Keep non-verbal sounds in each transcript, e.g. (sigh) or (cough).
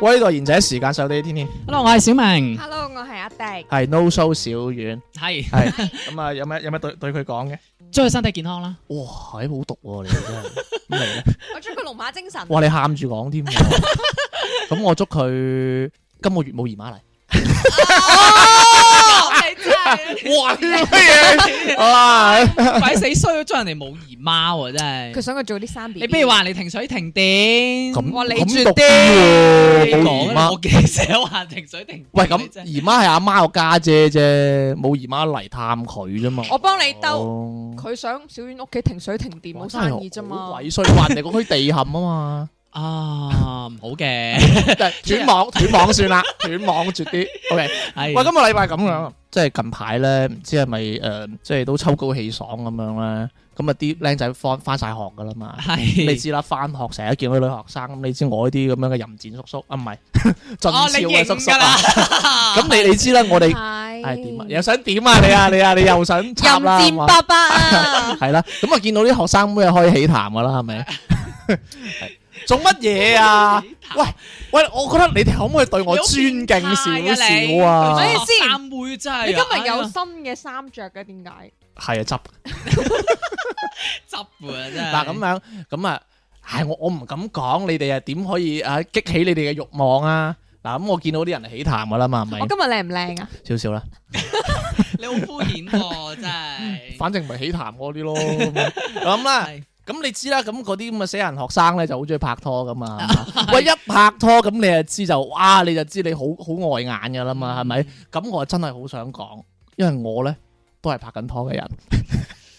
喂，呢度係賢者時間，手機天天 Hello，我係小明， Hello，我係阿迪。係 No Show 小遠，係 (laughs) 係咁啊，有咩有咩對對佢講嘅？祝佢身體健康啦。哇，係好毒喎，你 (laughs) 真係咁嚟咧！我祝佢龍馬精神。哇，你喊住講 (laughs) 添喎，咁我祝佢今個月冇姨媽嚟。你真 (laughs) 係哇，乜嘢啊？ (laughs) 鬼死衰，咗人哋冇姨媽喎，真佢係。想佢做啲三 B。你不如話人哋停水停電，咁哇你咁絕毒啲喎，你冇姨講啦，我媽。記者話停水停電。喂，你真咁係姨媽係阿媽個家姐啫，冇姨媽嚟探佢啫嘛。我幫你兜。哦佢想小婉屋企停水停電冇生意啫好嘛。鬼衰，話人哋嗰區地陷啊嘛，啊唔好 (laughs) 嘅， (laughs) 斷網斷網算啦， (laughs) 斷網絕啲。OK，係喂，今個禮拜咁樣，即係近排咧，唔知係咪誒，即係都秋高氣爽咁樣咧，咁啊啲僆仔翻翻晒學噶啦 (laughs) 嘛。係你知啦，翻學成日都見到女學生，咁你知我呢啲咁樣嘅淫賤叔叔啊，唔係 (laughs) 俊俏哦，你嘅叔認叔㗎啊啦，。 (laughs) 咁你你知啦，我哋係係點啊？又想點啊？你啊你啊你又想插啦？淫係嘛賤伯 (laughs) 伯啊！系啦，咁啊見到啲學生妹啊開起談噶啦，係 (laughs) 咪？ (laughs) 係做乜 (laughs) 嘢啊？喂喂，我覺得你哋可唔可以對我尊敬少少你啊好變態㗎？先，三妹真係你今日有新嘅衫着嘅，點解？係啊，執執啊真係。嗱咁樣咁啊，唉，我我唔敢講，你哋啊點可以啊激起你哋嘅慾望啊？嗱咁我見到啲人起談噶啦嘛，係咪我今日靚唔靚啊？少少啦？你好敷衍喎， (laughs) 真嗯係。反正咪起談嗰 (laughs) 啲咯，咁啦。係咁你知啦，咁嗰啲咁嘅死人學生咧就好中意拍拖噶 (laughs) 嘛，喂一拍拖咁你就知就哇你就知你好好礙眼噶啦嗯嘛，係咪？咁我真係好想講，因為我咧都係拍緊拖嘅人。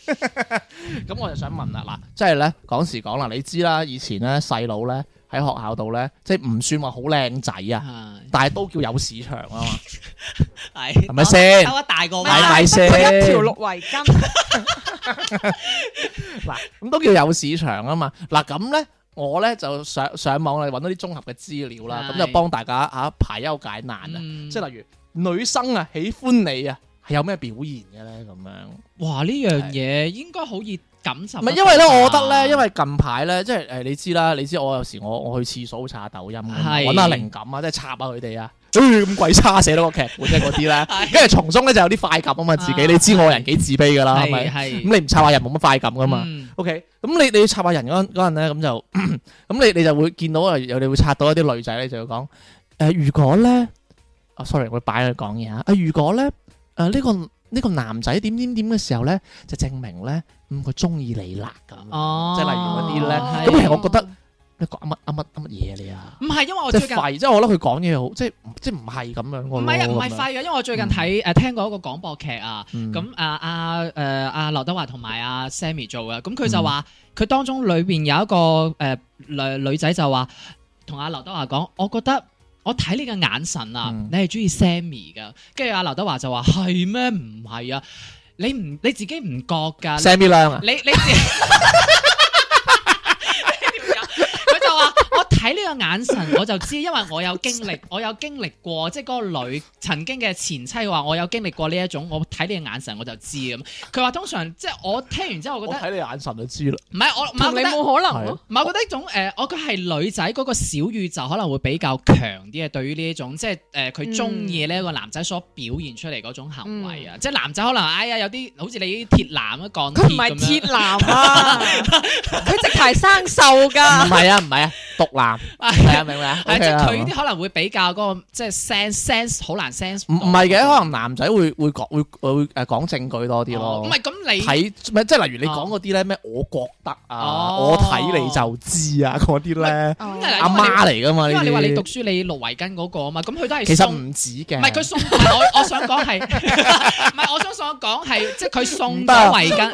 (laughs) 咁我就想問啦，嗱，即係咧講時講啦，你知啦，以前咧細佬咧喺學校度咧，即係唔算話好靚仔啊，係但係都叫有市 (laughs) 場啊嘛，係係咪先？兜一大個係嘛，咪先？佢一條綠圍巾，嗱，咁都叫有市場啊嘛。嗱，咁咧我咧就上上網嚟揾到啲綜合嘅資料啦，係咁就幫大家嚇排憂解難啊。嗯即係例如女生啊喜歡你啊，係有咩表現嘅咧？咁樣哇呢樣嘢應該好易感受唔得到啊。係因為咧，我覺得咧，因為近排咧，即係誒你知啦，你知我有時我我去廁所查抖音啊嘛，係揾下靈感啊，即係插下佢哋啊。誒咁鬼差寫到個劇本啫嗰啲 (laughs) 咧，跟住從中咧就有啲快感啊嘛，自己啊你知我人幾自卑噶啦，係咪？係咁你唔插下人冇乜快感噶啊嘛。O.K. 咁你你要插下人嗰陣嗰陣咧，咁就 (clears throat) 咁你你就會見到啊，有你會刷到一啲女仔咧，就會講誒、呃如果咧啊，sorry，我擺佢講嘢啊，啊，如果咧誒呢個呢、個男仔點點點嘅時候咧，就證明咧，嗯，佢中意你啦咁。哦，即係例如嗰啲咧係咁其實我覺得你講乜乜乜乜嘢嚟啊？唔係因為我即最係近。廢，即係我覺得佢講嘢好，即係即係唔係咁樣唔嘅係啊，唔係咁樣廢嘅，因為我最近睇誒聽過一個廣播劇啊，嗯咁啊啊誒啊劉德華同埋阿 Sammy 做嘅，咁佢嗯就話佢當中裏邊有一個誒女女仔就話同阿劉德華講，我覺得。我睇你嘅眼神啊，嗯你係中意 Sammy 噶，跟住阿劉德華就話係咩？唔係啊，你唔你自己唔覺㗎， Sammy 亮啊，你你自己 (laughs) 佢就話：我睇呢個眼神我就知，因為我有經 (laughs) 歷，我有經歷過，即係嗰個女曾經嘅前妻話我有經歷過呢一種，我睇你嘅眼神我就知咁。佢話通常即係我聽完之後，我覺我得睇你眼神就知啦。唔係我唔係同我你覺得。冇可能係咯啊。唔係，我覺得一種誒、呃我覺得係女仔嗰個小宇宙可能會比較強啲嘅，對於呢一種即係誒佢中意呢一個男仔所表現出嚟嗰種行為啊，即係男仔可能哎呀有啲好似你啲鐵男啊鋼嗯佢唔鐵係咁樣鐵男啊，佢直頭係生鏽唔㗎。係啊，唔係啊，毒男係啊，明唔明啊係 OK 即係啦係佢嘛啲可能會比較嗰個即係 sense sense 好難 sense 唔到唔係嘅，可能男仔會會講會會誒呃講證據多啲哦咯唔。係咁你睇唔係即係例如你哦講嗰啲咧咩？我覺得啊，哦我睇你就知啊，嗰啲咧哦係啦阿媽嚟噶嘛？因為你話你讀呢啲書你綠圍巾嗰個啊嘛，咁佢都係其實送。唔止唔嘅，係佢送，唔係我我想講係， (laughs) 啊唔 (laughs) 係我想想講係，即係佢送咗圍巾，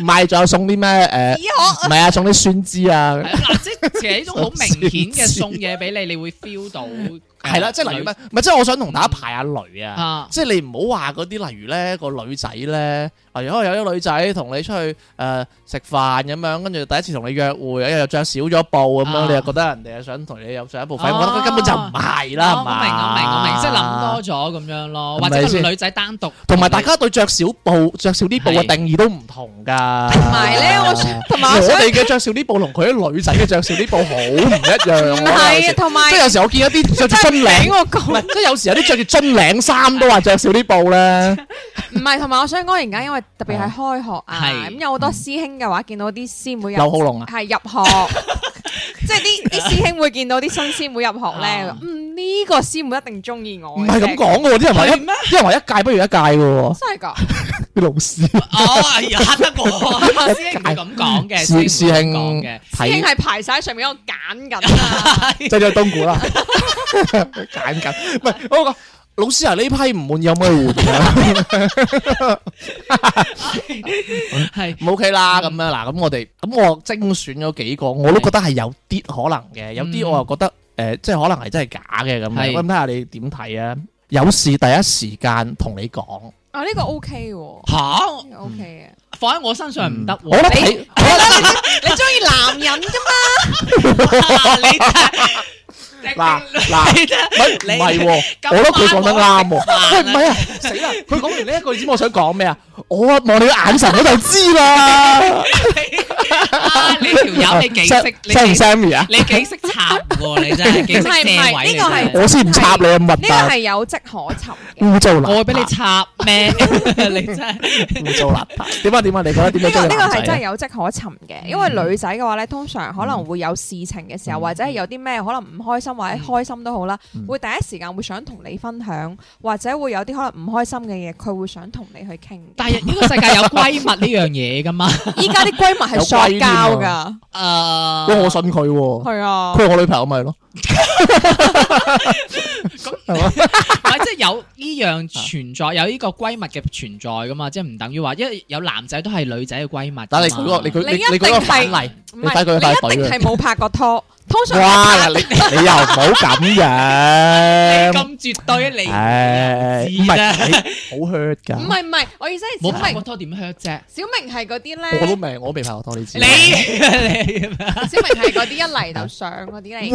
唔係，仲有送啲咩誒？咦我唔係啊，送啲酸枝啊，係啦嗱，即係其實呢種好明顯嘅送嘢俾你，你會 feel 到係啦，即係例如咩？唔係，即係我想同大家排下雷啊。啊，即係你唔好話嗰啲，例如咧個女仔咧，例如可能有啲女仔同你出去誒食、飯咁樣，跟住第一次同你約會，又着少咗布咁樣，啊你又覺得人哋係想同你有上一步快，哦我覺得根本就唔係啦，我係我嘛？明我明我明，即係諗多咗咁樣咯，或係咪者個先女仔單獨同埋大家對着少布、着少啲布嘅係定義都唔同㗎。同埋咧，我想同埋我我想哋嘅着少啲布同佢啲女仔嘅着少啲布好唔一樣 (laughs) 唔喎。有係時啊，同埋即係有時我見一啲着住樽俾領，我唔講係，即係有時有啲着住樽領衫都話着少啲布咧。唔係同埋我想講而家，因為特別係開學啊，係咁有好多師兄嘅話，見到啲師妹劉入浩龍啊！係入學， (laughs) 即係啲啲師兄會見到啲新師妹入學咧啊，嗯呢個師妹一定中意我，唔係咁，講嘅喎，啲人話一係咩？啲人話一屆不如一屆嘅喎，真係㗎。啲老師哦，哎呀嚇得 (laughs) 我，師兄唔會咁講嘅，師師兄唔會咁兄講嘅。已經睇係排晒喺上面嗰個揀緊啊！即係東古啦，揀緊。唔係我講老師啊，呢批唔滿有冇換嘅？係唔 OK 啦，咁樣嗱，咁我哋咁我精選咗幾個，我都覺得係有啲可能嘅，有啲嗯我又覺得誒，即係可能係真係假嘅咁樣。係咁睇下你點睇啊？有事第一時間同你講，啊，呢個 OK 喎吓，呢個，OK 嘅。放喺我身上唔得我覺喎。得睇，我覺得你中意男人㗎嘛？(laughs) 嗯啊你真係嗱嗱你真係唔係唔係喎。咁我覺得佢講得啱喎，喂晚唔係啊，死啦！佢講完呢一句，知唔知我想講咩啊？我望你嘅眼神我就知啦。啊！你條友你 (laughs) 幾識？你唔幾 Sammy 啊？你幾識插喎？你真 (laughs) 係幾識唔係唔係借位？呢個係你真我先唔插你啊，物呢個啊，係有跡可尋嘅。污糟邋遢，我會俾你插咩？ (laughs) 你真係污糟邋遢。點啊點啊？你覺得點呢樣個追呢個男係真係仔？有跡可尋嘅，嗯因為女仔嘅話咧，通常可能會有事情嘅時候，或者係有啲咩可能唔開心或者開心都好啦嗯，會第一時間會想同你分享，或者會有啲可能唔開心嘅嘢，佢會想同你去傾。但係呢個世界有閨蜜呢樣嘢噶 (laughs) 嘛？ (laughs) 依家啲閨蜜係塑有閨膠添㗎，喂，誒，我信佢喎，係啊佢。係我女朋友咪係咯。唔係即係有呢樣存在，有呢個閨蜜嘅存在噶嘛？即係唔等於話，因為有男仔都係女仔嘅閨蜜。但係你舉個你舉你你一你舉個定係反例，唔你睇係，佢塊你一隊定啊係冇拍 (laughs) 過拖，通常哇！你你又唔好咁樣，咁絕對你唉，唔係知你好 hurt 唔㗎。係唔係，我意思係冇小拍過明，拖點 hurt 啫？小明係嗰啲我都咧，明，我未拍過拖，你知。你你。小明係嗰啲一嚟就上嗰啲嚟，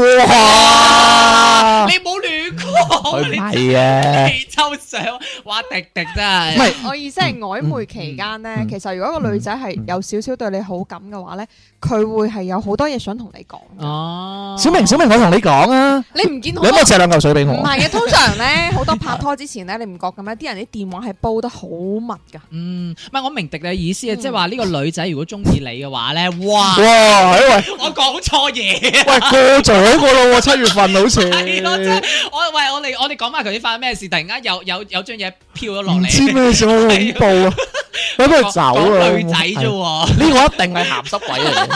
哇！你冇亂講，佢唔你係啊，你就想哇迪迪真係唔係我意思係曖昧期間咧嗯，其實如果個女仔係有少少對你好感嘅話咧，佢會係有好多嘢想同你講。哦，小明，小明，我同你講啊，你唔見你好可唔可以多借兩嚿水俾我唔啊？係嘅，通常咧好多拍拖之前咧，你唔覺嘅咩？啲人啲電話係煲得好密㗎。嗯，唔係我明迪嘅意思啊，嗯即係話呢個女仔如果中意你嘅話咧，哇，哇！哎喂我講錯嘢。喂，過咗個咯喎，七月份好似係咯，即係我喂我哋我哋講埋佢啲發生咩事，突然間有有有張嘢飄咗落唔知嚟，咩事，好恐怖啊！我都係走啊！講女仔啫喎。呢個一定係鹹濕鬼嚟 (laughs) 嘅。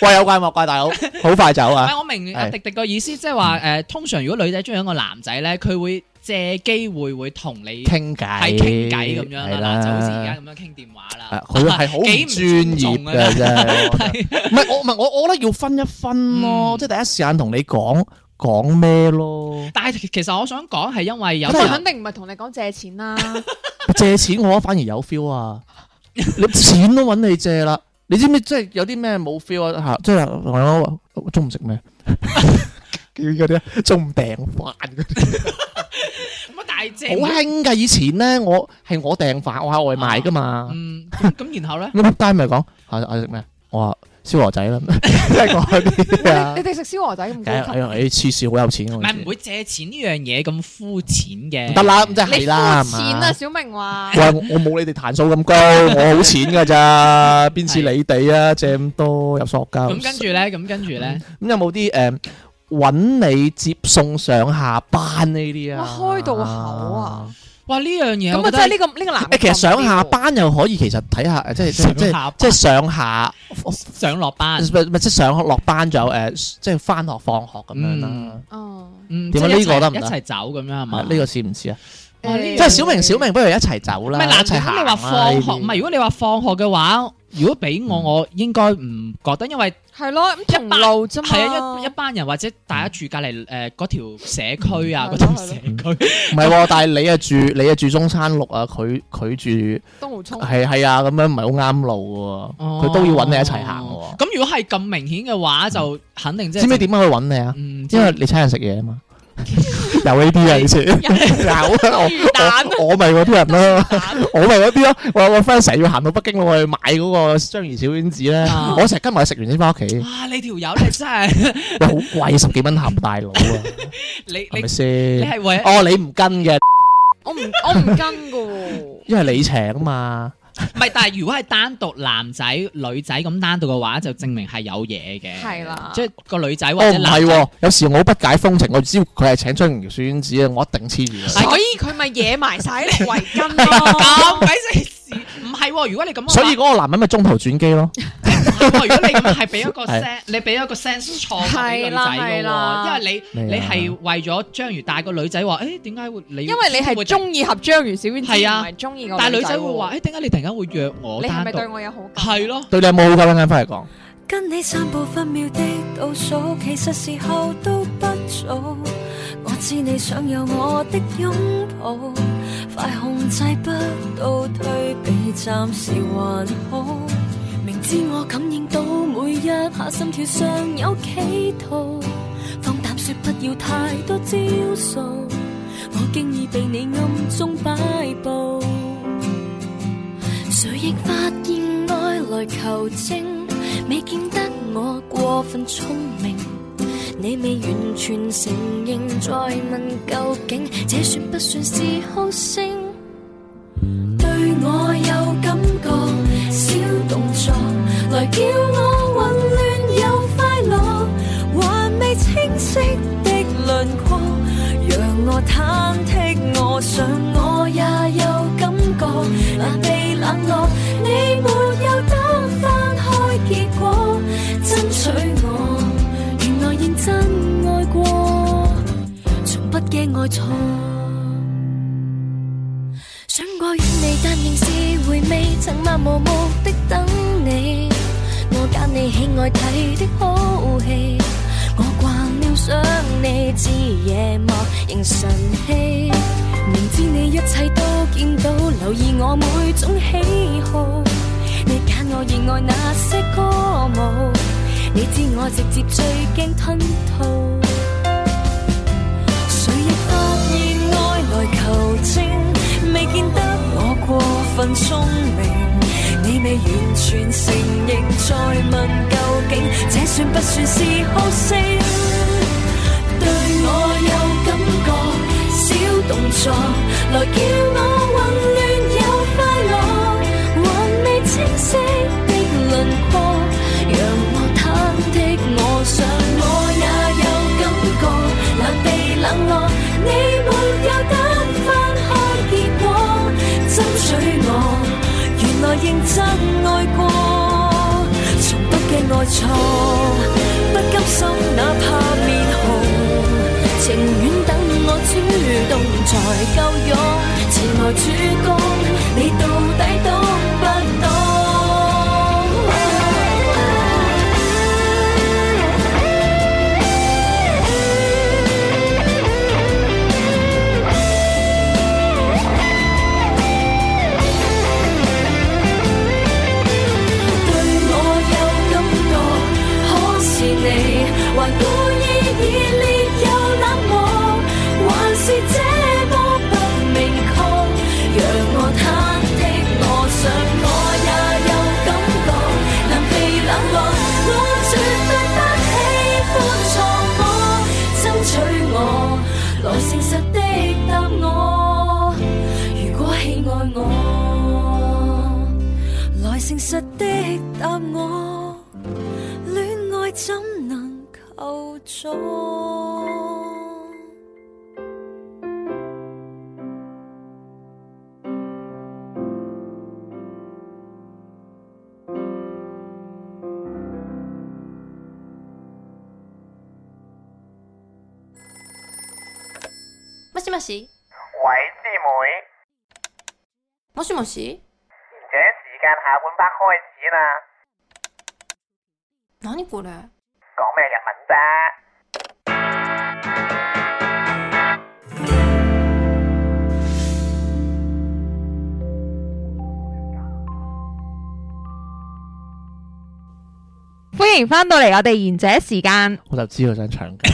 喂，有怪莫怪，大佬，好快走唔啊！係我明係嗯阿迪迪個意思，即係話誒，通常如果女仔中意一個男仔咧，佢會借機會會同你傾偈係傾偈咁樣係啦，嗱就好似而家咁樣傾電話啦啊。 (laughs) 佢係好唔專幾唔尊業重啊嘅啫，唔係我唔係我，我覺得要分一分咯，嗯即係第一時間同你講講咩咯，但係其實我想講係因為有真佢係啊肯定唔係同你講借錢啦，借錢我反而有 feel 啊，你錢都揾你借啦，你知唔知即係有啲咩冇 feel 啊？嚇，即係同我講我中午食咩？ (laughs) 叫嗰啲啊中午訂飯嗰咁啊，但係借啲，好興㗎！以前咧，我係我訂飯，我嗌外賣㗎嘛。嗯，咁咁然後咧，咁仆街咪講下下食咩？我話燒鵝仔啦， (laughs) 即 (laughs) 係講嗰啲啊你。哋食燒鵝仔咁梗係高級，誒黐線，好有錢唔喎！係唔會借錢呢樣嘢咁膚淺嘅。唔得啦，咁即係你係啦，膚係淺啊，嘛？小明話。喂，我我冇你哋彈數 (laughs) 咁高，我好錢㗎咋？邊似你哋啊？借咁多入塑膠。咁跟住咧，咁跟住咧，咁有冇啲誒揾你接送上下班呢啲啊？哇開到口啊！哇呢樣嘢，咁我啊，覺即係得呢個呢個男嘅誒，其實上下咁啲喎班又可以，其實睇下誒，即係即係即上係下班即係上下，上落班唔，係唔係即係上學落班仲有誒，即係翻學放學咁樣啦嗯。哦，嗯，點解啊即係一呢個齊得唔得一齊走咁樣係係嘛嘛？呢個似唔似啊？哇呢即係小明小明不如一齊走嗯啦，唔係嗱，一齊如果行啦你話放學，唔係呢啲如果你話放學嘅話，如果俾我，嗯我應該唔覺得，因為系咯，咁同路啫嘛，係啊一一班人或者大家住隔離誒嗰條社區啊，嗯嗰條社係區，唔係喎，但係你啊住你啊住中山六啊，佢佢住东湖涌，係係啊，咁樣唔係好啱路喎，哦佢都要揾你一齊行喎。咁如果係咁明顯嘅話，就肯定即係知唔知點解去揾你啊？嗯？即因為係你請人食嘢啊嘛，有呢啲啊以前，有啊，魚蛋我我我咪嗰啲人咯，蛋我咪嗰啲咯。我我 friend 成日要行到北京我去買嗰個章魚小丸子咧啊，我成日跟埋佢食完先翻屋企，哇！啊你條友你真係喂好貴十幾蚊盒大佬啊， (laughs) 你係你咪你先？係為哦，你唔跟嘅，我唔我唔跟 (laughs) 噶喎。因為你請啊嘛。唔係？但係如果係單獨男仔女仔咁單獨嘅話，就證明係有嘢嘅。係啊啦即係個女仔或哦，者唔男係仔。喎，有時我好不解風情，我只要佢係請張榮小丸子啊，我一定黐住佢。所以佢咪惹埋晒啲圍巾咯咁。鬼死事，唔係喎！如果你咁嘅話，所以嗰個男人咪中途轉 (laughs) 機咯。 (laughs) 如果你咁係俾一個係 sense，你俾一個 sense 錯誤俾女仔係啦嘅係啦喎，因為你咩你啊係為咗章魚，但係個女仔話：，誒點解會你？因為你係，中意合章魚小丸子，係啊唔係中意個但係係女仔會話：，誒點解你突然間會約我你係單咪對獨？我有好感？係，咯，對你有冇好感咧？啊翻嚟講，跟你散步分秒的倒數，其實時候都不早。我知你想有我的擁抱，快控制不到推避，暫時還好。明知我感應到每一下心跳上有企圖，放膽說不要太多招數，我經已被你暗中擺佈。誰亦發現愛來求證，未見得我過分聰明。你未完全承認，再問究竟，這算不算是好勝？對我有感覺，小動作來叫我混亂又快樂，還未清晰的輪廓，讓我忐忑。我想我也有感覺，難被冷落，你沒有等翻開結果，爭取我，原來認真愛過，從不驚愛錯。想過遠你，但仍是回味，曾漫無目的等你。我揀你喜愛睇的好戲，我慣了想你，至夜幕仍晨曦。明知你一切都見到，留意我每種喜好。你揀我熱愛那些歌舞，你知我直接最驚吞吐。誰亦發現愛來求證，未見得我過分聰明。你未完全承認，再問究竟，這算不算是好勝？對我有感覺，小動作來叫我混亂又快樂，還未清晰的輪廓，讓我忐忑。我想我也有。感覺難被冷落，你沒有得翻開結果，爭取我，原來認真愛過，從不驚愛錯，不甘心哪怕面紅，情願等我主動才夠勇，前來主攻，你到底懂不懂？對我有感覺，可是你還故意熱烈又冷漠，還是這麼不明確，讓我忐忑。我想我也有感覺，能被冷落，我絕對不喜歡錯過，爭取我來誠實的答我。如果喜愛我。來誠實的答我，戀愛怎能求助？もしもし喂，師妹妹，もしもし賢者時間下半 part 開始啦，何これ講咩日文啫？欢迎翻到嚟我哋賢者時間，我就知佢想唱 (laughs) 嘅。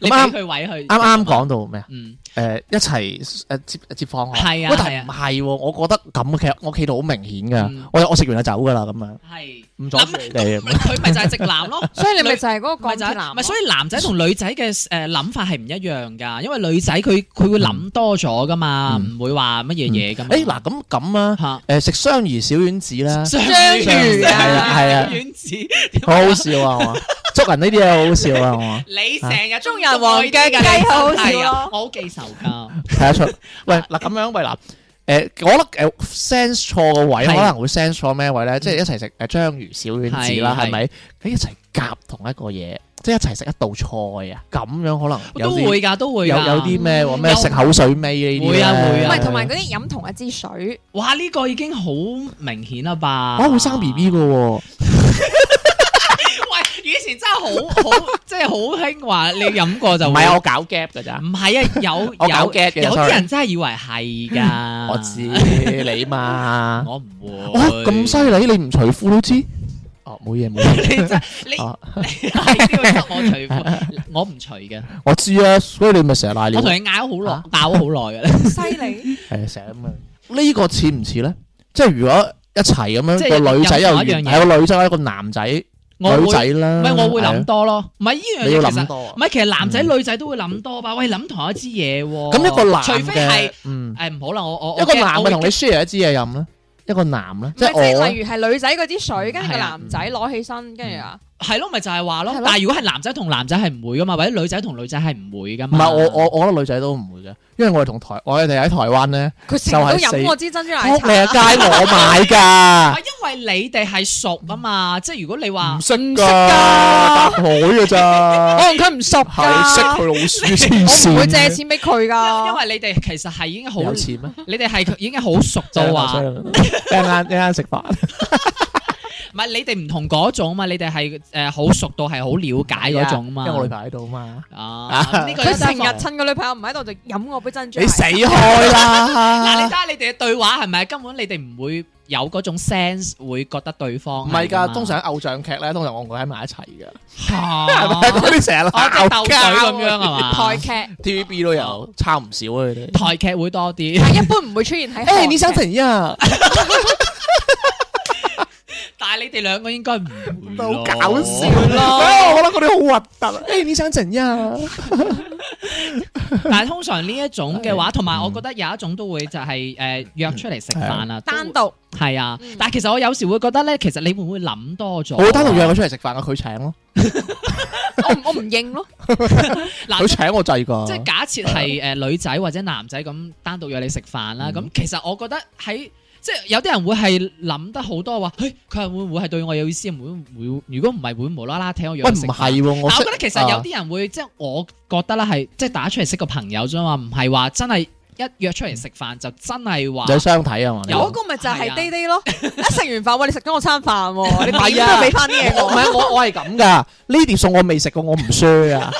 你咁俾啱佢位去，啱啱講到咩啊？嗯，誒一齊誒接接放學。係啊喂，但係啊係唔係喎？我覺得咁其實我企到好明顯嗯啊㗎。我我食完就走㗎啦，咁樣係唔阻住你哋咁樣。佢咪就係直 (laughs) 男咯。所以你咪就係嗰個咪鋼就鐵男係，咯。咪所以男仔同女仔嘅誒諗法係唔一樣㗎，因為女仔佢佢會諗多咗㗎嘛，嗯唔會話乜嘢嘢㗎嘛。誒嗱，咁咁啊，嚇誒食雙魚小丸子啦，章魚係啊啊係啊丸子，好好笑啊！係嘛，捉人呢啲嘢好好笑啊！係嘛，你成日中人王嘅雞好好笑咯我好記仇㗎。睇得出。 (laughs) 喂，嗱咁樣喂嗱。誒，我覺得誒 sense 錯個位，係可能會 sense 錯咩位咧？即係一齊食誒章魚小丸子啦，係係咪？佢一齊夾同一個嘢，即係一齊食一道菜啊，咁樣可能有都啲會㗎，都會㗎有有啲咩喎咩有食口水尾呢啲會啊會啊唔係同埋嗰啲飲同一 (laughs) 支水，哇！呢個已經好明顯啦吧？哇會生 B B 嘅喎，喂，以前真係好 (laughs) 好，即係好興話你飲過就唔會係啊我搞 gap 㗎咋，唔係啊，有我搞有 get 嘅有啲 sorry 人真係以為係㗎。我知，你嘛， (laughs) 我唔會。哇咁犀利，你唔除褲都知，哦冇嘢冇嘢，你真你哦你係要得我除褲，我唔除嘅。我知啊，所以你咪成日賴我尿同，你拗好耐，拗咗好耐㗎啦。犀利。係成日咁啊，呢個似唔似咧？即係如果一齊咁即係樣，個女仔有又同一樣嘢係個女仔一個男仔，女我會仔啦，唔係我會係諗啊，多咯，唔係呢樣你要嘢其實諗。多啊唔。係，其實男仔女仔都會諗多吧？喂，諗同一支嘢喎。咁一個男除非係嘅，嗯，誒唔好啦，我我我一個驚男我嘅同你 share 一支嘢飲咧，一個男咧，唔係即係我係例。如係女仔嗰支水，跟住個係啊男仔攞起身，跟住啊，係咯，咪就係話咯係。咯但係如果係男仔同男仔係唔會噶嘛，或者女仔同女仔係唔會噶唔嘛。係我我我覺得女仔都唔會嘅，因為我哋同台我哋喺台灣咧，佢成日都就係飲四我支珍珠奶撲茶你。嘅街我 (laughs) 買㗎，係啊因為你哋係熟啊嘛，即係如果你話唔識㗎，識㗎搭海㗎我咋，同佢唔熟係識㗎，佢老鼠黐線嘅我唔會借錢俾佢因因㗎。為你哋其實係已經好，啊有錢啊咩？你哋係已經好熟到話，一間一間食飯，唔係你哋唔同嗰種嘛，你哋係誒好熟到係好了解嗰種嘛。啊因為我女朋友喺度嘛，啊，呢個佢成真係日趁個女朋友唔喺度就飲我杯珍珠你奶死茶。嗱，你睇開 (laughs) 啦！下你哋嘅對話係咪根本你哋唔會有嗰種 sense 會覺得對方唔係㗎㗎，通常喺偶像劇咧，通常我唔會喺埋一齊㗎， (laughs) 係咪？嚇嗰啲成日我哋鬧哦鬥嘴咁樣哦交係啊嘛？台劇， ，TVB 都有差唔少啊！佢哋，台劇會多 (laughs) 啲，但一般唔會出現喺韓劇。誒，你想怎樣？啊但係你哋兩個應該唔會好咯搞笑啊咯！我覺得嗰啲好 (laughs) 核突。啊誒，你想怎啊樣？但係通常呢一種嘅話，同埋嗯我覺得有一種都會就係誒約出嚟食飯啊，單獨係啊。但係其實我有時會覺得咧，其實你會唔會諗多咗？我嗯會單獨約佢出嚟食飯啊，佢請咯，我唔我唔應咯，佢嗱，即請我制㗎。啊即係假設係誒女仔或者男仔咁單獨約你食飯啦，嗯咁其實我覺得喺。即係有啲人會係諗得好多話，嘿佢係會唔會係對我有意思？會唔會如果唔係會無啦啦聽我約喂，佢唔食飯係喎，但啊我識啊我覺得其實有啲人會即係我覺得啦，係即係打出嚟識個朋友啫嘛，唔係話真係一約出嚟食飯就真係啊話 (laughs) 有相睇啊嘛。你有嗰話個咪就係係啊 day day 咯。一食完飯，喂，你食咗我餐飯喎，唔係你點啊都俾翻啲嘢我唔我。係我我係咁㗎，呢碟餸我未食過，我唔 (laughs) share 啊。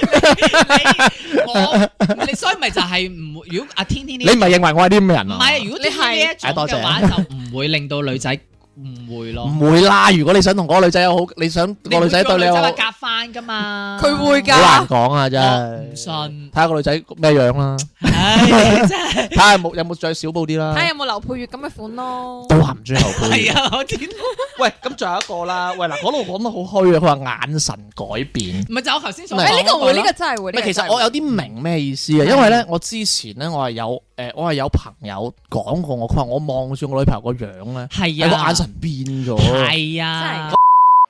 你我你所以咪就係唔會如果阿啊天天呢你唔係認為我係啲咩人唔啊？係啊，如果你係呢一種哎多謝嘅話就唔會令到女仔誤會咯。唔會啦，如果你想同嗰個女仔有好，你想個女仔對你你有會叫個好女仔話夾翻噶嘛？佢會㗎難講啊，真我係。哦唔信睇下個女仔咩樣啦，唉，你真 (laughs) 係睇下有冇有冇着小布啲啦睇。下有冇劉佩玥咁嘅款咯。都含住後背係。啊！我天，喂，咁仲有一個啦，喂嗱，嗰度講得好虛啊，佢話眼神改變。唔係就我頭先所唔係誒呢個講會，嗰咯呢個真係喂，會。呢個其真實係會我有啲明咩意思啊，因為咧，我之前咧，我係有誒，我係有朋友講過我，佢話我望住我女朋友個樣咧，係有啊，個眼神變咗，係啊。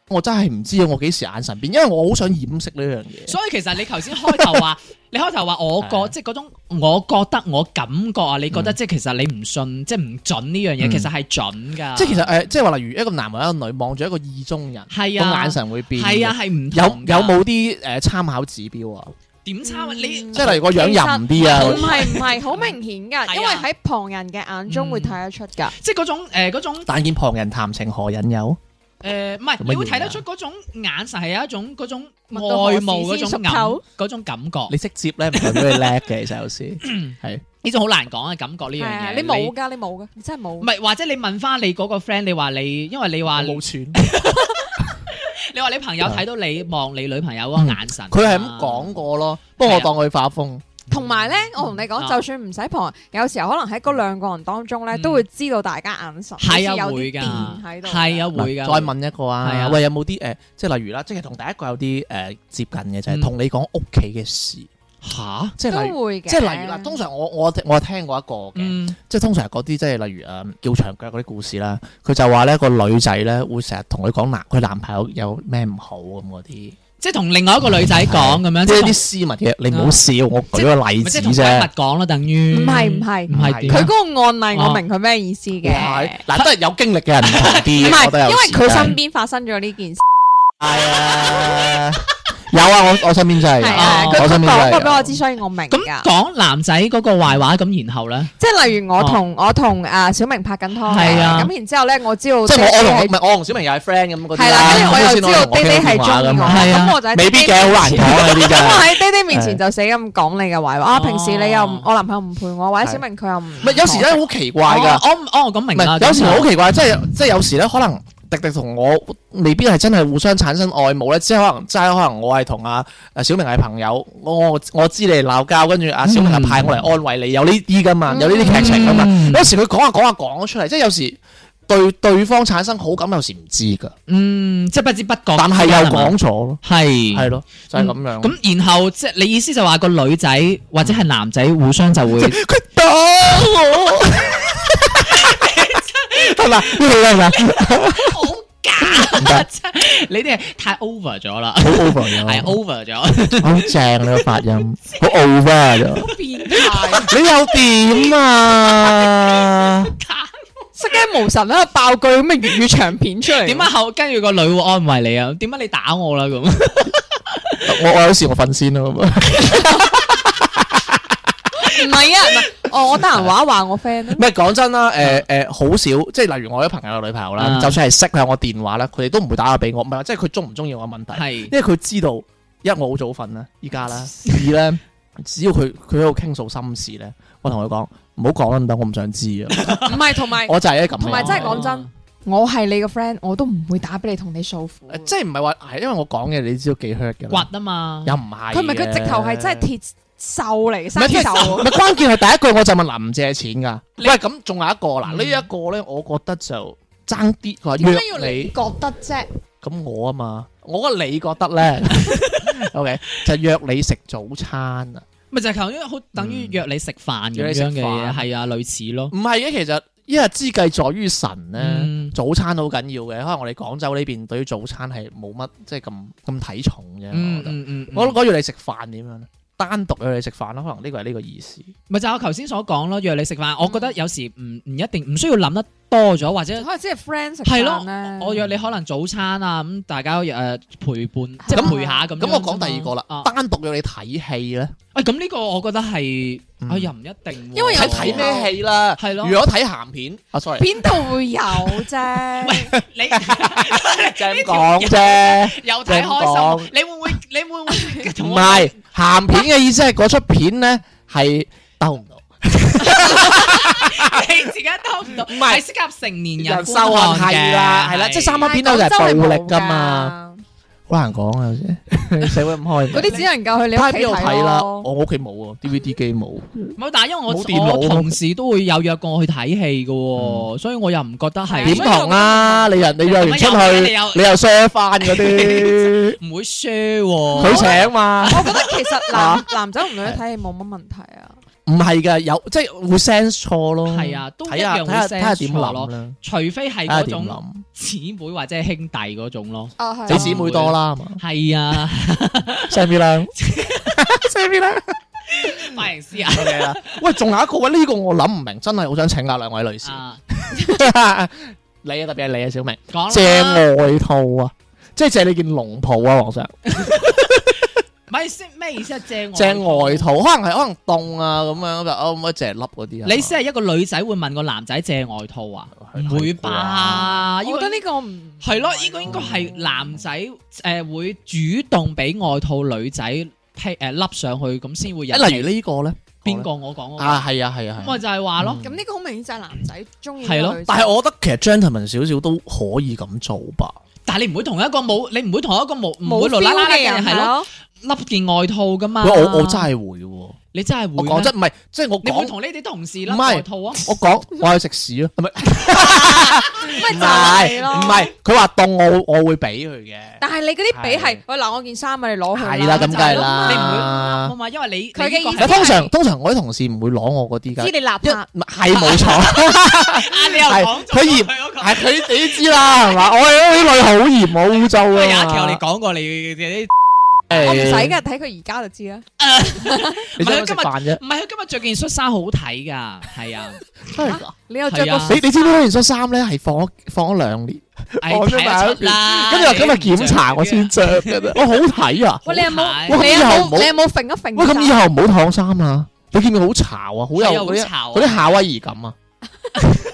我真係唔知啊，我幾時眼神變，因為我好想掩飾呢樣嘢。所以其實你頭先開頭話，你開頭話我係覺啊即係嗰種我覺得我感覺啊，你覺得即係其實你唔信，即係唔準呢樣嘢，嗯其實係準㗎。即係其實誒，即係話例如一個男或一個女望住一個意中人，個係啊，眼神會變。係啊，係唔有同㗎有冇啲誒參考指標啊？點差啊？你即係例如個樣淫啲啊，唔係唔係好明顯係啊㗎，因為喺旁人嘅眼中會睇得出㗎。即係嗰種誒嗰種但見旁人談情何引誘？誒唔係，做乜嘢啊你會睇得出嗰種眼神係有一種嗰種麥當何愛時慕嗰先種熟感透嗰種感覺，你識接咧，唔代表你叻嘅，其實有時係呢種好難講嘅感覺呢係樣啊，嘢。你冇㗎，你冇㗎，你真係唔冇。係，或者你問翻你嗰個 friend，你話你，因為你話你冇錢。話你朋友睇到你望你女朋友嗰個眼神啊，佢係咁講過咯，不過我當佢化風。同埋咧，我同你講，啊就算唔使旁人，有時候可能喺嗰兩個人當中咧，嗯都會知道大家眼神係好啊似有會啲㗎電喺，度。係啊會㗎。再問一個係啊啊，喂，有冇啲誒，即係例如啦，即係同第一個有啲誒接近嘅，嗯就係同你講屋企嘅事，吓，即係例如，都會嘅。即係例如啦，通常我我我聽過一個嘅，嗯即係通常係嗰啲即係例如誒叫長腳嗰啲故事啦，佢就話咧個女仔咧會成日同佢講男佢男朋友有咩唔好咁嗰啲。即係同另外一個女仔講咁樣，即即係係啲同私密嘅，你唔啊好笑，我舉個例咪即子係同閨蜜啫。講啦，等於唔係唔係唔係點啊佢嗰個案例，啊我明佢咩意思嘅。係嗱，都係有經歷嘅人唔同唔啲，我覺係，得有因為時佢真係身邊發生咗呢件事，係啊，有啊，我我身邊真係有，係啊，佢我身邊講過真俾我係知，有。所以我明咁㗎。講男仔嗰個壞話，咁然後咧，即係例如我同我同啊小明拍緊拖，係啊咁然之後咧，我知道即係我我同唔係係我同小明又係 friend 咁嗰啲係啦，跟住我又知道爹爹爹係中意我，係啊咁我就喺未必嘅，好難講啊呢啲真 (laughs) 咁我係。喺爹爹面前就死咁講你嘅壞話，啊哦平時你又唔我男朋友唔陪我，或者小明佢又唔唔係有時真係好奇怪㗎哦，我唔哦咁唔明啦，係有時好奇怪，即係即係有時咧，可能迪迪同我未必係真係互相產生愛慕咧，即係可能即係可能我係同阿阿小明係朋友，我我我知你哋鬧交，跟住阿小明就派我嚟安慰你，有呢啲㗎嘛，有呢啲劇情㗎啊嘛。嗯有時佢講下講下講咗出嚟，即係有時對對方產生好感，有時唔知㗎。嗯，即係不知不覺，但係又講咗咯，係嗯係咯，就係咁樣。咁然後即係你意思就話個女仔或者係男仔互相就會 (laughs) 佢打我， (laughs) (laughs) 係咪？呢個係咪？好假，真係你哋係太 over 咗啦，好 over 咗係 over 咗，好正你個發音， (laughs) 好啊 over 咗。變態 (laughs) 你又點 (laughs) 啊？識驚無神喺度爆句咁嘅粵語長片出嚟，點啊？後跟住個女會安慰你啊？點解你打我啦咁？我我有時我瞓先咯，咁啊唔係啊，唔係哦，我得閒話一話我 friend 啊咯唔係講真啦，誒誒好少，即係例如我有啲朋友嘅女朋友啦啊，就算係識佢有我電話啦，佢哋都唔會打下俾我，唔係即係佢中唔中意我嘅問題。係因為佢知道一我好早瞓 (laughs) 啦，依家啦，二咧只要佢佢喺度傾訴心事咧，我同佢講唔好講啦，唔得，我唔想知 (laughs) 啊，唔係同埋我就係咁樣。同埋真係講真，哦我係你個 friend，我都唔會打俾你同你訴苦。呃誒即係唔係話係因為我講嘅，你知道幾 hurt 嘅啦，掘啊嘛，又唔係嘅，佢咪佢啊直頭係真係鐵鏽嚟，唔係生鏽唔。係關鍵係第一句我就問林借錢㗎，你喂咁仲有一個嗱，嗯呢一個咧，我覺得就爭啲，佢話點解要約你你，覺得啫？咁我啊嘛，我覺得你覺得咧 (laughs) (laughs) ，OK 就約你食早餐啊。咪就係頭先好等於約你食飯嗯約咁你食樣嘅嘢，飯係啊，類似咯。唔係嘅，其實一日之計在於晨咧，嗯早餐都好緊要嘅。可能我哋廣州呢邊對於早餐係冇乜即係咁咁睇重啫。嗯我覺得嗯嗯，我覺得約你食飯點樣咧？單獨約你食飯啦，可能呢個係呢個意思。咪就係我頭先所講咯，約你食飯，我覺得有時唔唔一定唔需要諗得多咗，或者可能即係 friend 食係咯飯啊咧。我約你可能早餐啊，咁大家誒、呃陪伴，即咁係陪下咁樣啫咁嘛。我講第二個啦，啊單獨約你睇戲咧，喂，咁呢個我覺得係，嗯哎呀唔一定喎，因為有睇時睇咩戲啦？係咯如果睇鹹片，啊 sorry，邊度會有 (laughs) 啫？你 (laughs) 就係咁講 (laughs) 啫。又睇開心，你會唔會你會唔 (laughs) 會同唔我係鹹片嘅意思係嗰出片咧係 (laughs) 兜唔到。你自己兜唔到？唔係適合成年人收觀看嘅係啦，係啦，即係三蚊片度就係暴力㗎嘛，好難講啊，有時社會咁開明。嗰啲只能夠去你睇下屋邊度企睇啦，咯。我屋企冇啊，DVD 機冇。唔係，但係因冇電為我腦嗯我同事都會有約過我去睇戲嘅喎，所以我又唔覺得係點同啊？你人你約完出咁樣有你有去，你又 share 翻 (laughs) 嗰啲，唔會 share 喎。佢請嘛？我覺得其實 (laughs) 啊男男仔同女仔睇戲冇乜問題啊。唔係㗎，有即係會 sense 錯咯。係啊都一睇下樣睇下會睇下 sense 點錯諗咯啦，除非係睇下嗰點種諗。姊妹或者係兄弟嗰種咯。啊係你啊姊妹多啦嘛係 (laughs) 啊， ，send 邊 (laughs) 啦，send 邊啦。髮型師啊 OK 啦， (laughs) 喂，仲有一個喂，呢個我諗唔明，真係好想請教兩位女士。啊， (laughs) 你啊，特別係你啊，小明。講啦借外套啊，即係借你件龍袍啊，皇上。唔係先咩意思啊？借借外套，可能係可能凍啊咁樣，就哦可唔可以借粒嗰啲啊？你先係一個女仔會問個男仔借外套啊？係唔會吧？我啊應覺該得呢個唔係咯，呢個應該係男仔誒會主動俾外套女仔披誒笠上去，咁先會引誒，例如呢個咧，邊個我講嗰個啊？係啊係啊咁係咪啊。就係話咯，嗯咁呢個好明顯就係男仔中意係咯個女仔但係我覺得其實 gentleman 少少都可以咁做吧。但係你唔會同一個冇，你唔會同一個冇唔會冇無啦啦 feel 嘅人嘅人啊係係咯，咯，笠件外套噶嘛。喂，我我真係會喎。你真係會我咩講真唔係，即係我你會講同呢啲同事笠唔係外套啊？我講我去食屎咯，(laughs) 唔係唔係唔咪就係咯。係，佢話凍我會我會俾佢嘅，但係你嗰啲比係係，喂嗱，我件衫啊，你攞去係啦，咁梗係你唔會笠啦啊。嘛，因為你佢嘅你呢個意係思通常通常我啲同事唔會攞我嗰啲知㗎，你邋一遢，唔係 (laughs) 冇錯，啊，你又講佢嫌嗰個係佢自己知啦，係嘛？我哋啲女好嫌我污糟啊喂有一㗎期我哋嘛。講過你嘅啲，我唔使誒㗎，睇佢而家就知啦。你想唔係食今日飯啫？唔係佢今日着件恤衫好睇㗎，係啊， (laughs) 真係啊㗎你又着係啊個你你知唔知呢件衫咧係放咗放咗兩年，唉我睇得出啦。跟住我今日檢查我先着嘅啫，我好睇啊！喂，你有冇？好睇哇你有以後唔好冇？你有冇揈一揈？喂，咁以後唔好燙衫啦！你見唔見好潮啊？好有係啊好嗰啲潮啊嗰啲夏威夷感啊！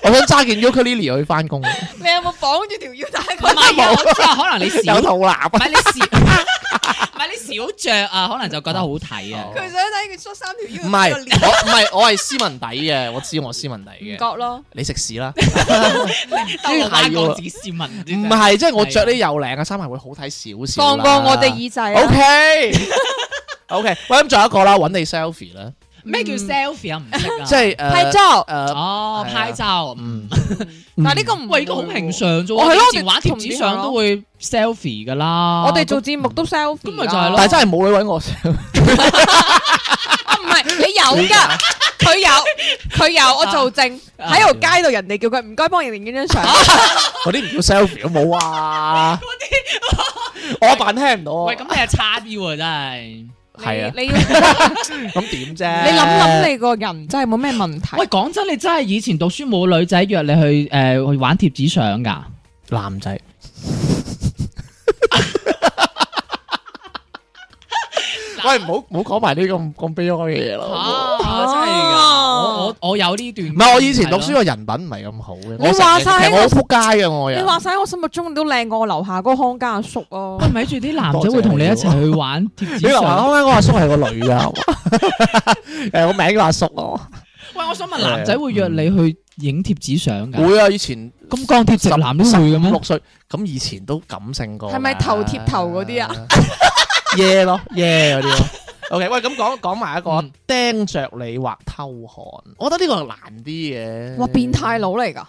我想揸件 ukulele 去翻 (laughs) 工，你有冇綁住條腰帶唔係啊，我知啊，可能你少，有唔肚腩啊！係你少， (laughs) 唔係你少着啊，可能就覺得好睇啊。佢想睇佢恤衫條腰唔係 (laughs) 帶個鏈我唔係我係斯文底嘅，我知我斯文底唔嘅。覺咯。你食屎 (laughs) 啦！兜老媽講自己斯文，唔知唔咩係，即係我着啲有領嘅衫係會好睇少少啦。啊放過我哋耳仔啊 O (laughs) K O K，喂咁仲有一個啦，揾你 selfie 啦，咩叫 selfie 啊？唔識啊，嗯 (laughs) 即係誒拍照，誒，哦係啊拍照。嗯，但係呢個唔喂，呢個好平常啫喎，哦係咯以前玩貼紙相都會 selfie 噶啦。我哋做節目都 selfie，咁咪就係咯但係真係冇女揾我 (laughs) 啊唔係你有 (laughs) 㗎，佢有佢有，我做證啊喺條街度，人哋叫佢唔該幫人哋影張相，嗰啲唔叫 selfie 都冇啊！ (laughs) 我扮聽唔到啊。喂，咁你係差啲喎，真係。係啊，你你要。咁點啫？你諗諗，你個人真係冇咩問題。喂，講真，你真係以前讀書冇女仔約你去誒去玩貼紙相㗎？你男仔 (laughs) 喂，唔好唔好講埋呢咁咁悲哀嘅嘢啦。好唔好啊，真係㗎！我我我有呢段。哦唔係我以前讀書個人品唔係咁好嘅，你我話成日晒其實我好撲街嘅我你人。話晒我心目中都靚過我樓下嗰個康家阿叔啊！喂，咪住啲男仔會同你一齊去玩貼你紙話相。啱啱我阿叔係個女㗎， (laughs) 誒我名叫阿叔咯。 (laughs) 喂，我想問男仔會約你去影貼紙相㗎？會啊，以前咁鋼鐵直男都會嘅五咩六？歲咁以前都感性過㗎。係咪頭貼頭嗰啲啊？ (laughs) 耶咯，耶 (laughs) 嗰啲咯。OK，喂，咁講講埋一個嗯釘着你或偷看，我覺得呢個難啲嘅。哇，變態佬嚟㗎！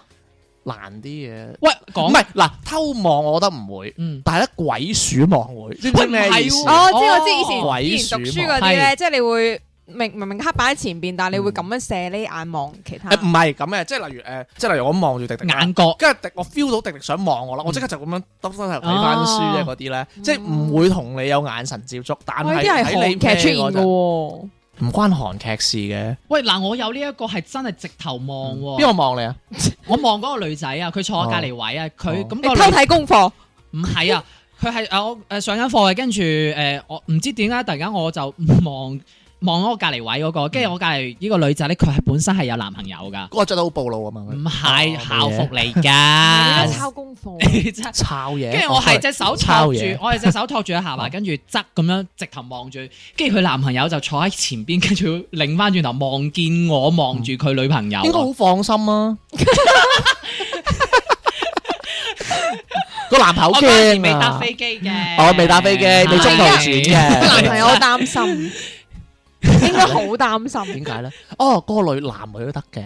難啲嘅。喂，唔講係嗱，偷望我覺得唔會，嗯，但係咧鬼鼠望會，知唔喂知唔咩意思係？喎哦，我知我知，以哦前以前讀書嗰啲係咧，即係你會明明明黑板喺前邊，但係你嗯會咁樣射呢眼望其他誒。唔係咁嘅，即係例如誒，即係例如我望住迪迪啦啊眼嗯角。跟住迪我 feel 到迪迪想望我啦，我即刻就咁樣耷低頭睇翻書嘅嗰哦啲咧，即係唔會同你有眼神接觸，但哇！呢係啲係喺韓你劇出現咩嗰㗎陣喎，唔關韓劇事嘅。喂，嗱，我有呢一個係真係直頭望邊喎，個望你啊？我望嗰個女仔啊，佢坐我隔離位啊，佢哦咁你個偷女睇功課，唔係啊，佢係誒我誒上緊課嘅，跟住誒我唔知點解突然間我就望 (laughs) 望我隔離位嗰個，跟住我隔離呢個女仔咧，佢係本身係有男朋友噶，嗰個着到好暴露啊嘛，唔係哦校服嚟你啊㗎都，抄功課。(laughs) (laughs) 真係抄嘢。哦跟住我係隻手托抄住嘢，哦我係隻手托住佢下巴，跟住側咁樣直頭望住，跟住佢男朋友就坐喺前邊，跟住擰翻轉頭望見我望住佢女朋友啊。應該好放心 (laughs) 啊。個男朋友我好嗰陣時驚未搭啊！飛機嘅，啊我未搭飛機，未中途轉男嘅朋。友好擔 (laughs) 心，應該好擔心。點解咧？哦，嗰個女男女都得嘅。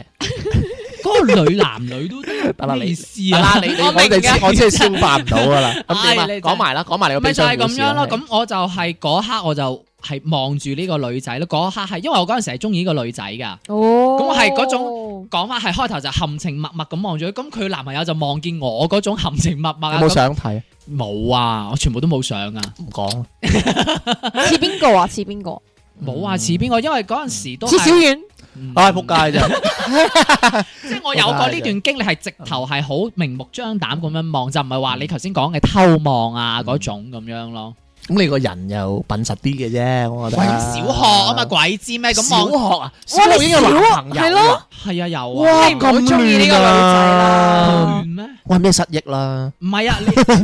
嗰個女男女都得啦得，你咩意思得啊啦，？你你我我明哋㗎 (laughs) 知，我真係消化唔到噶啦。咁點啊唉你真係講埋啦，講埋你個咪悲就傷係故咁事樣啦咯，咁我就係嗰一刻我就係望住呢個女仔咯，嗰一刻係因為我嗰陣時係中意呢個女仔㗎，哦，咁我係嗰種講法係開頭就含情脈脈咁望住佢，咁佢男朋友就望見我嗰種含情脈脈啊，有冇咁想睇？冇啊，我全部都冇相啊，唔講啦。似邊個啊？似邊個？冇嗯啊，似邊個？因為嗰陣時都似小係，遠。嗯唉，仆街啫。即係我有過呢段經歷，係直頭係好明目張膽咁樣望，就唔係話你頭先講嘅偷望啊嗰種咁樣咯。咁你個人又笨實啲嘅啫，我覺得。喂，咁小學啊嘛，鬼知咩？咁嗯小我學啊，小學已經有男朋友啦係咯。係啊，有啊，哇，你唔好咁鍾意呢個女仔啦亂啊亂咩？喂，咩失憶啦？唔係啊，你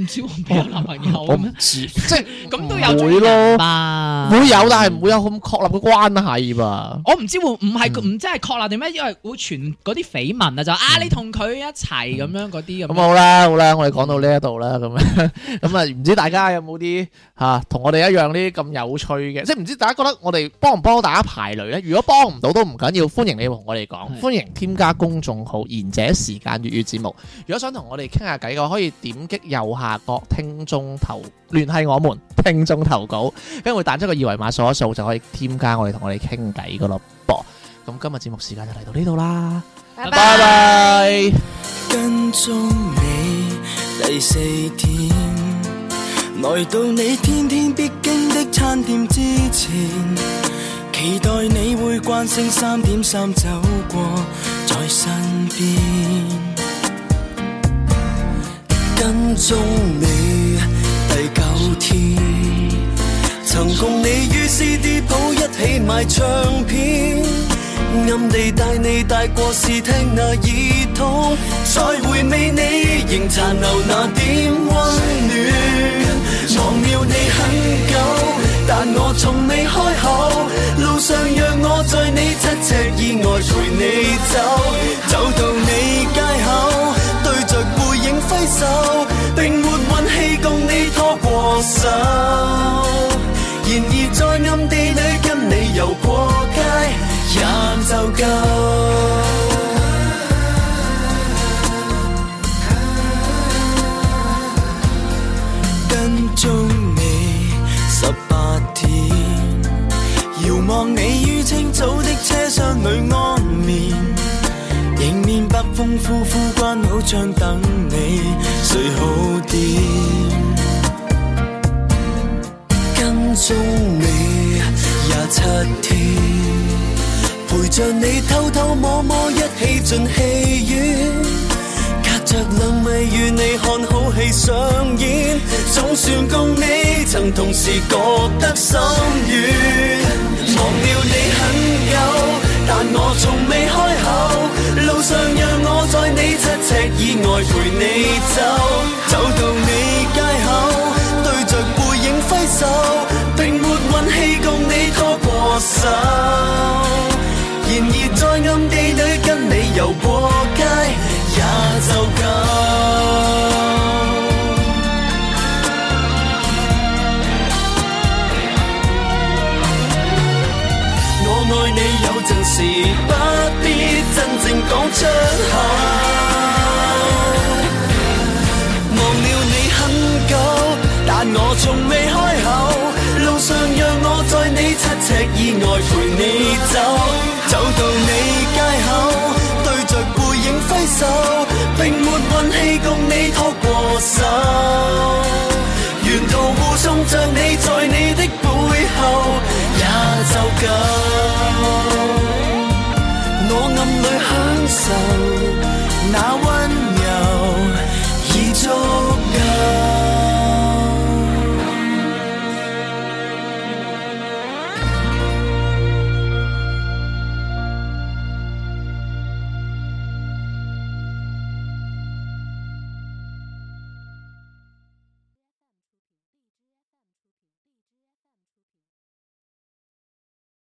唔少我未有男朋友哦我咩唔？知，啊即係咁都有會中咯人吧？會有，但係唔會有咁確立嘅關係吧？我唔知會唔係嗯唔真係確立定咩，因為會傳嗰啲緋聞啊，就啊你同佢一齊咁樣嗰啲咁咁樣。好啦，好啦，我哋講到呢一度啦，咁樣 (laughs) 咁啊，唔知大家有冇啲吓同我哋一樣呢啲咁有趣嘅，即係唔知大家覺得我哋幫唔幫到大家排雷咧？如果幫唔到都唔緊要，歡迎你同我哋講，係歡迎添加公眾號賢者時間粵語節目。如果想同我哋傾下偈嘅話，可以點擊右下角聽眾投聯繫我們聽眾投稿，跟住會彈出個二維碼掃一掃就可以添加我哋同我哋傾偈噶咯噃。咁今日節目時間就嚟到呢度啦，拜拜拜。跟蹤你第四天，來到你天天必經的餐店之前，期待你會慣性三點三走過在身邊。跟蹤你第九天，曾共你於 CD 鋪一起買唱片。暗地帶你帶過試聽那耳筒，再回味你仍殘留那點溫暖。忘了你很久，但我從未開口。路上讓我在你七尺以外陪你走，走到你街口，對着背影揮手，並沒運氣共你拖過手。然而在暗地裏跟你遊過街，也就夠。跟蹤你十八天，遙望你於清早的車廂裏安眠。迎面北風呼呼關好窗等你，睡好點。跟蹤你廿七天，陪着你偷偷摸摸一起進戲院，隔着兩米與你看好戲上演，總算共你曾同時覺得心軟。忘了你很久，但我從未開口。路上讓我在你七尺以外陪你走，走到你街口，對着背影揮手，並沒運氣共你拖過手。然而在暗地裏跟你遊過街，也就夠。我愛你有陣時不必真正講出口。忘了你很久，但我從未開口。路上讓我在你七尺以外陪你走，走到你街口，對着背影揮手，並沒運氣共你拖過手。沿途護送着你，在你的背後也就夠。